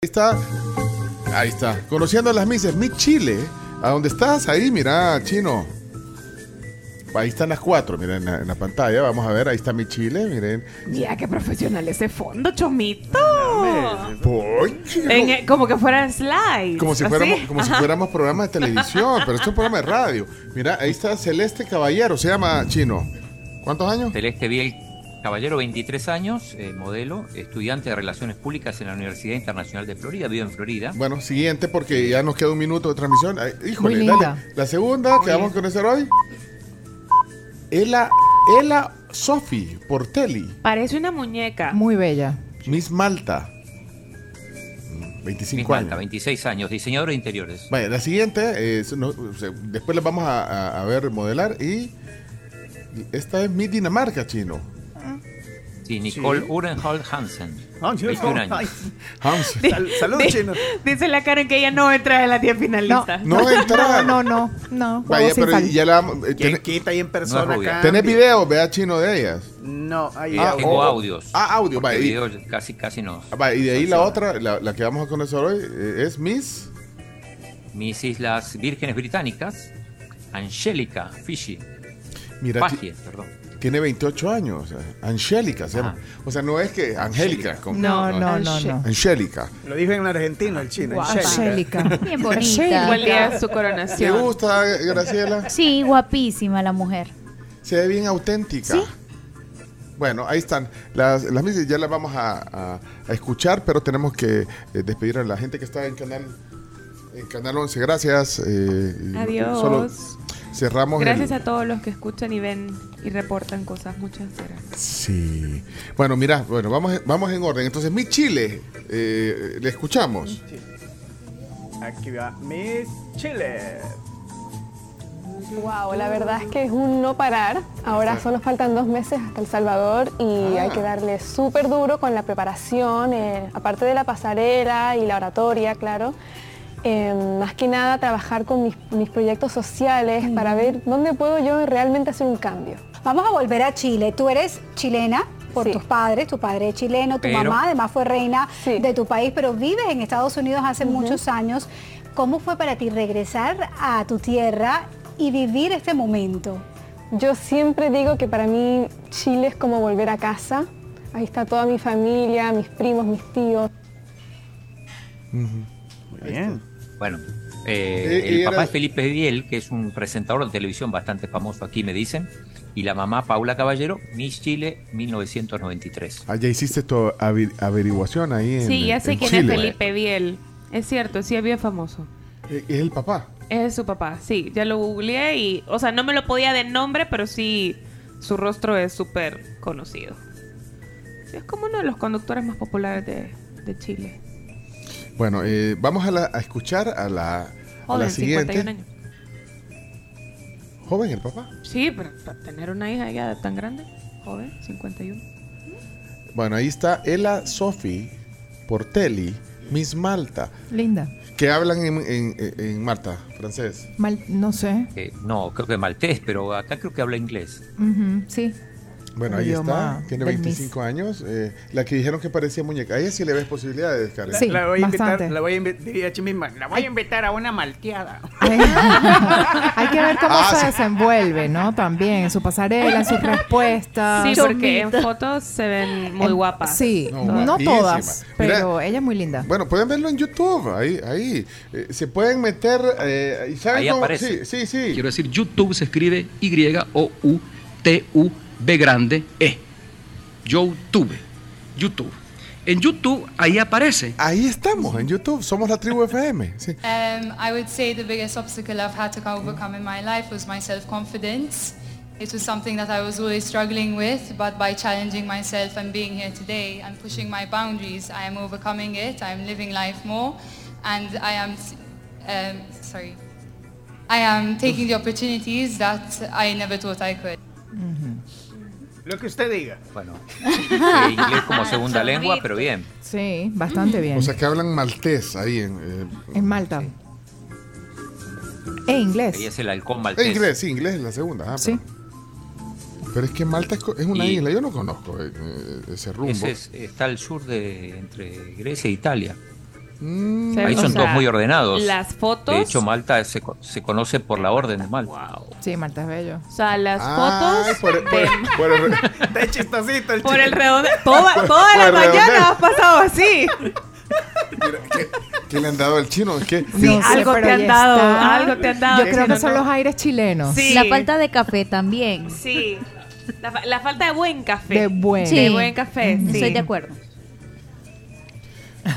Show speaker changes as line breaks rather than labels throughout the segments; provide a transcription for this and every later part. Ahí está. Ahí está. Conociendo las mises. Mi Chile. ¿A dónde estás? Ahí, mira, chino. Ahí están las cuatro, miren, en la, en la pantalla. Vamos a ver, ahí está mi Chile, miren.
Ya, qué profesional ese fondo, chomito.
Voy, chino.
Oh. En el- como que fuera slides.
Como si
así.
fuéramos, como si
Ajá.
fuéramos programa de televisión, pero esto es un programa de radio. Mira, ahí está Celeste Caballero, se llama Chino. ¿Cuántos años?
Celeste Biel Caballero, 23 años, eh, modelo, estudiante de Relaciones Públicas en la Universidad Internacional de Florida, vive en Florida.
Bueno, siguiente porque ya nos queda un minuto de transmisión. Ay, híjole,
Muy
dale.
linda.
La segunda que vamos a conocer hoy. Ela, Ela Sofi Portelli,
Parece una muñeca.
Muy bella.
Miss Malta. Mm, 25
Miss Malta,
años.
26 años, diseñadora de interiores.
Vaya, la siguiente, eh, se- no, se- después la vamos a, a- a ver modelar y esta es mi Dinamarca, chino.
Sí, Nicole Urenhold Hansen.
Ah, yo-
21 años.
ay,
Hans.
sal- salud,
Di-
chino.
Dice la Karen que ella no entra en la 10 finalista.
No entrar.
No, no, no. juego
Vaya,
sin
pero
sal.
ya la vamos- eh,
¿Quién
tené-
quita ahí en persona
No es rubia.
acá?
Tenés video, vea chino de ellas.
No, ahí
Eh,
Ah,
tengo
oh.
audios.
Ah, audio,
porque
vaya. Y,
video casi, casi no.
vaya, Ah, y de ahí la otra, la, la que vamos a conocer hoy, eh, es Miss.
Mis Islas Vírgenes Británicas, Angélica Fishy,
Mira,
Pagie, perdón.
ti- tiene 28 años. o sea, Angélica se llama. O sea, no es que Angélica. con-
No,
no,
no,
no.
no, no.
Angélica.
Lo dijo en argentino el chino.
Guapa.
Angélica.
Angélica.
Bien
Angélica.
bonita.
Igual día de su
¿Te
coronación.
gusta, Graciela?
Sí, guapísima la mujer.
Se ve bien auténtica.
Sí.
Bueno, ahí están. Las, las mismas ya las vamos a, a- a escuchar, pero tenemos que eh, despedir a la gente que está en Canal, en canal 11. Gracias. eh, y
Adiós.
Solo cerramos. el-
Gracias a todos los que escuchan y ven y reportan cosas. Muchas gracias.
Sí. Bueno, mira, bueno, vamos, vamos en orden. Entonces, mi Chile, eh, le escuchamos.
Aquí va Miss Chile.
Wow, la verdad es que es un no parar. Ahora solo faltan dos meses hasta El Salvador y
Ah.
hay que darle súper duro con la preparación, eh, aparte de la pasarela y la oratoria, claro. Eh, más que nada trabajar con mis, mis proyectos sociales para ver dónde puedo yo realmente hacer un cambio.
Vamos a volver a Chile. Tú eres chilena por
Sí.
tus padres, tu padre es chileno, tu
Pero-
mamá además fue reina
Sí.
de tu país, pero vives en Estados Unidos hace muchos años. ¿Cómo fue para ti regresar a tu tierra y vivir este momento?
Yo siempre digo que para mí Chile es como volver a casa. Ahí está toda mi familia, mis primos, mis tíos.
Muy bien.
Bueno, eh,
Y-
el
y era-
papá es Felipe Biel, que es un presentador de televisión bastante famoso aquí, me dicen, y la mamá Paula Caballero, Miss Chile 1993.
Ah, ya hiciste tu avi- averiguación ahí en
Sí, ya sé
en
quién
Chile.
es Felipe Biel. Es cierto, sí es bien famoso.
Eh, Es el papá.
Es su papá, sí. Ya lo googleé y, o sea, no me lo podía de nombre, pero sí, su rostro es súper conocido. Sí, es como uno de los conductores más populares de, de Chile.
Bueno, eh, vamos a, la- a escuchar a la, a la
Joven,
siguiente.
51 años.
Joven el papá.
Sí, pero para tener una hija ya tan grande, joven, 51.
Bueno, ahí está Ela Sofi Portelli, Miss Malta,
Linda.
que hablan en, en- en- en Malta, francés.
Mal, no sé.
Eh, no, creo que maltés, pero acá creo que habla inglés.
Ujú, sí.
Bueno,
El
ahí
idioma
está, tiene
del
25 años. eh, la que dijeron que parecía muñeca. A ella sí le ves posibilidades, Karen.
Sí.
la voy a invitar,
bastante.
la voy a invitar, diría a misma, la voy a invitar a una malteada.
Hay hay que ver cómo
Ah,
se
sí.
desenvuelve, ¿no? También en su pasarela, en sus
Ah.
respuestas.
sí, porque en fotos se ven muy
En-
guapas.
Sí,
No,
no,
guapísima.
todas,
Mira.
pero ella es muy linda.
Bueno, pueden verlo en YouTube, ahí, ahí. Eh, se pueden meter, eh, y ¿saben
Ahí
cómo?
aparece.
Sí, sí, sí.
Quiero decir, YouTube se escribe Y-O-U-T-U-B grande E. YouTube. YouTube. En YouTube ahí aparece.
Ahí estamos, en YouTube, somos la tribu FM. Sí.
Um, I would say the biggest obstacle I've had to overcome in my life was my self-confidence. It was something that I was always struggling with, but by challenging myself and being here today and pushing my boundaries, I am overcoming it. I am living life more, and I am, s- um, sorry, I am taking the opportunities that I never thought I could.
Lo que usted diga.
Bueno, eh, inglés como segunda
Chomito.
lengua, pero bien.
Sí,
Mm.
bastante bien.
O sea que hablan maltés ahí en, eh,
en Malta. E inglés.
Ahí es el halcón
en
maltés.
inglés, sí, inglés es la segunda. ah,
Sí.
pero, pero es que Malta es, co- es una
Y-
isla, yo no conozco eh, eh, ese rumbo.
Ese es- está al sur de entre Grecia e Italia.
Se-
Ahí
o
son
sea,
todos muy ordenados.
Las fotos.
De hecho, Malta se, co- se conoce por la orden de Malta.
Sí, Marta es bello.
O sea, las
Ay,
fotos.
por,
de-
por- por el re-
Está chistosito el
por el
chile.
redondeo. Toda,
Por-
toda
por
la
el
mañana
redondeo.
has pasado así.
¿Qué le han dado al chino? Es que
Sí,
No sé,
algo
pero
te han
ya
dado.
está.
Algo te han dado.
Yo creo
chino,
que son
¿no?
los aires chilenos.
Sí.
La falta de café también.
Sí. La, fa- la falta de buen café.
De bueno.
Sí.
De buen café. Sí.
Estoy de acuerdo.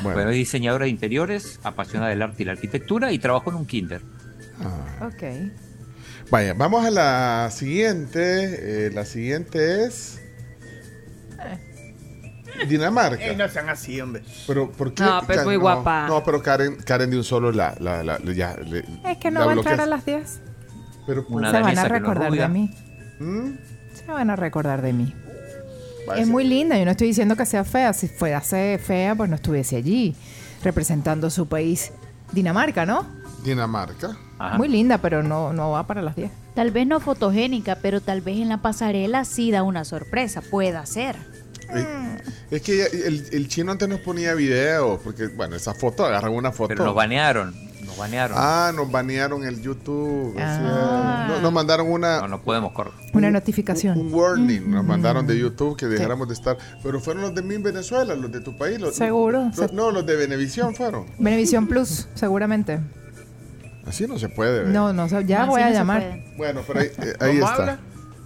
Bueno,
Bueno, es diseñadora de interiores, apasionada del arte y la arquitectura y trabajó en un kinder.
Ok.
vaya, vamos a la siguiente. Eh, la siguiente es.
Ey,
Dinamarca.
no sean así, hombre.
Pero, ¿por qué?
No, pero
Karen,
es muy guapa.
No, pero Karen, Karen de un solo la. la- la- la- ya, le-
Es que
la
no va a entrar
bloqueas.
a las 10.
Pero, pues, ¿por-
Una
Se van
danesa
a
que no es
recordar
rubia.
de mí.
¿Mm?
Se van a recordar de mí.
Vaya,
Es
sí.
muy linda, yo no estoy diciendo que sea fea. Si fuese fea, pues no estuviese allí, representando su país, Dinamarca, ¿no?
Dinamarca.
Ajá.
Muy linda, pero no, no va para las 10.
Tal vez no fotogénica, pero tal vez en la pasarela sí da una sorpresa. Pueda ser.
Eh,
Mm.
Es que ya- el, el chino antes nos ponía videos, porque, bueno, esa foto, agarran una foto.
Pero nos banearon. Nos banearon.
Ah, nos banearon el YouTube. es
Ah.
cierto. No- nos mandaron una,
No, no podemos correr.
Una
Mm. un,
notificación.
un warning, nos mandaron de YouTube que dejáramos de estar. Pero fueron los de mi Venezuela, los de tu país. Los,
Seguro.
los- no, los de Venevisión fueron.
Benevisión Plus, seguramente.
Así no se puede. ¿ve?
No, no, sé, ya
Así
voy a
no se
llamar.
puede.
Bueno, pero ahí, eh, ahí
¿Cómo
está.
habla?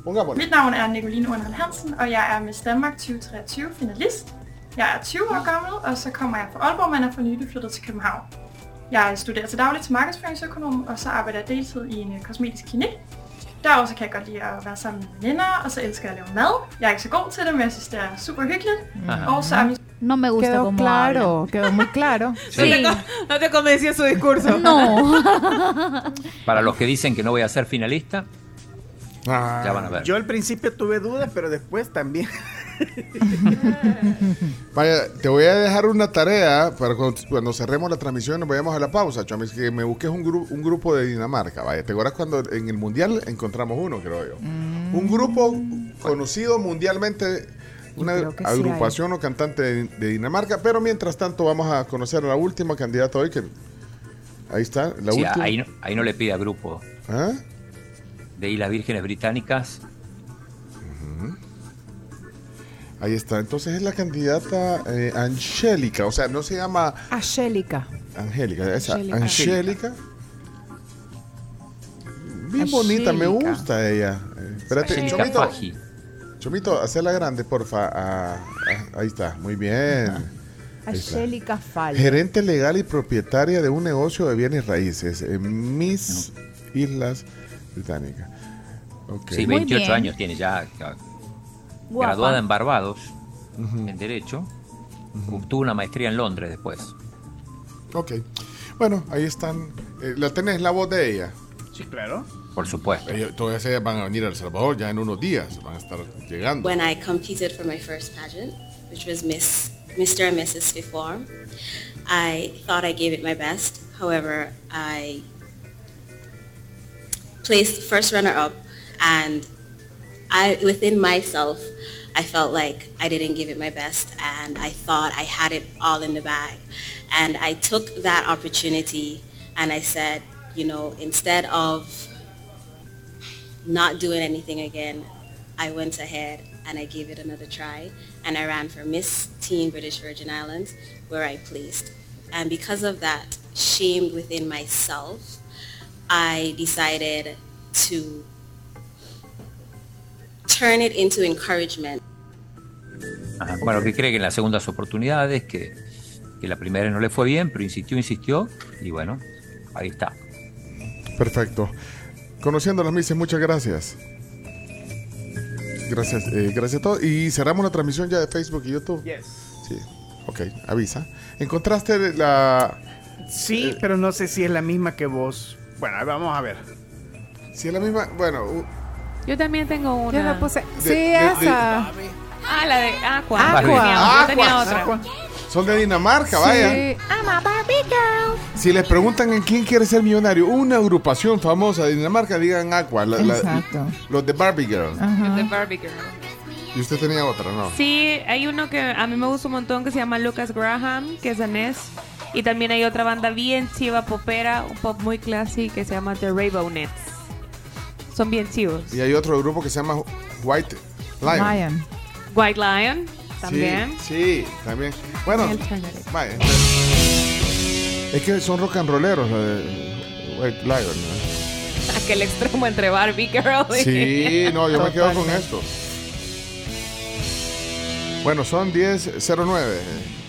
Pongámosle.
Mit navn er Nicoline Underl Hansen, og jeg er Miss Danmark 2023 finalist. Jeg er 20 år gammel, og så kommer jeg fra Aalborg, men er for nylig flyttet til København. Jeg studerer til daglig til markedsføringsøkonom, og så arbejder jeg deltid i en øh, kosmetisk klinik. Derudover så kan jeg godt lide at være sammen med veninder, og så elsker jeg at lave mad. Jeg er ikke så god til det, men jeg synes, det er super hyggeligt. Og så er min
No me gusta
Quedó
cómo
claro, quedó muy claro.
No, te,
habla.
con- no te convenció su discurso.
Sí. No.
Para los que dicen que no voy a ser finalista,
Ah,
ya van a ver.
Yo al principio tuve dudas, pero después también.
Vaya, te voy a dejar una tarea para cuando, cuando cerremos la transmisión y nos vayamos a la pausa, Chomis, que me busques un, gru- un grupo de Dinamarca. Vaya, ¿te acuerdas cuando en el Mundial encontramos uno, creo yo?
Mm.
Un grupo conocido mundialmente, una
creo que sí
agrupación o cantante de, de Dinamarca, pero mientras tanto vamos a conocer a la última candidata hoy, que ahí está, la
Sí,
última.
ahí, no, ahí no le pide a grupo
¿Ah?
de Islas Vírgenes Británicas.
Ahí está, entonces es la candidata eh, Angélica, o sea, no se llama...
Angélica.
Angélica, esa
Angélica.
Angélica. Bien bonita, me
Angélica.
gusta ella. Eh, Espérate,
Angélica
Chomito,
Faji.
Chomito, hacela grande, porfa. Ah, ah, ahí está, muy bien. Ahí está.
Angélica Falla.
Gerente legal y propietaria de un negocio de bienes raíces en mis islas británicas. Ok.
Sí,
Muy
28
bien.
años tiene ya. ya,
Guapa.
Graduada en Barbados, en Derecho. Obtuvo una maestría en Londres después.
ok. Bueno, ahí están. Eh, la tenés la voz de ella.
Sí, claro.
Por supuesto.
Ellos- todas ellas van a venir a El Salvador ya en unos días. Van a estar llegando.
When I competed for my first pageant, which was Miss Mr. and Mrs. Fifth Form, I thought I gave it my best. However, I placed first runner-up, and I within myself, I felt like I didn't give it my best, and I thought I had it all in the bag. And I took that opportunity, and I said, you know, instead of not doing anything again, I went ahead and I gave it another try and I ran for Miss Teen British Virgin Islands where I placed. And because of that shame within myself, I decided to turn it into encouragement.
Ajá. Bueno, que cree que en las segundas oportunidades, que, que la primera no le fue bien, pero insistió, insistió, y bueno, ahí está.
Perfecto. Conociendo las Mises, muchas gracias. Gracias, eh, gracias a todos. Y cerramos la transmisión ya de Facebook y YouTube.
Yes.
Sí. Ok, avisa. ¿Encontraste la.
Sí, pero no sé si es la misma que vos. Bueno, ahí vamos a ver.
Si es la misma. Bueno, u-
Yo también tengo una.
Yo la puse. Sí,
de- Ah,
esa.
Ah, la de Aqua.
Aqua.
Yo tenía- Yo tenía
Aqua.
otra.
Aqua.
son de Dinamarca, vaya.
Sí.
Si les preguntan en quién quiere ser millonario, una agrupación famosa de Dinamarca, digan Aqua. la- la-
Exacto.
los de Barbie Girl.
Ajá.
The Barbie Girl.
Y usted tenía otra, ¿no?
Sí, hay uno que a mí me gusta un montón que se llama Lucas Graham, Ah, que es danés. Y también hay otra banda bien chiva popera, un pop muy clásico que se llama The Raybonets. Son bien chivos.
Y hay otro grupo que se llama White Lion.
White Lion, también.
Sí, sí, también. Bueno, vaya, entonces- es que son rock and rolleros, la de White Lion. ¿no?
Aquel extremo entre Barbie Girl. y-
Sí, no, yo me quedo con esto. Bueno, son 10.09.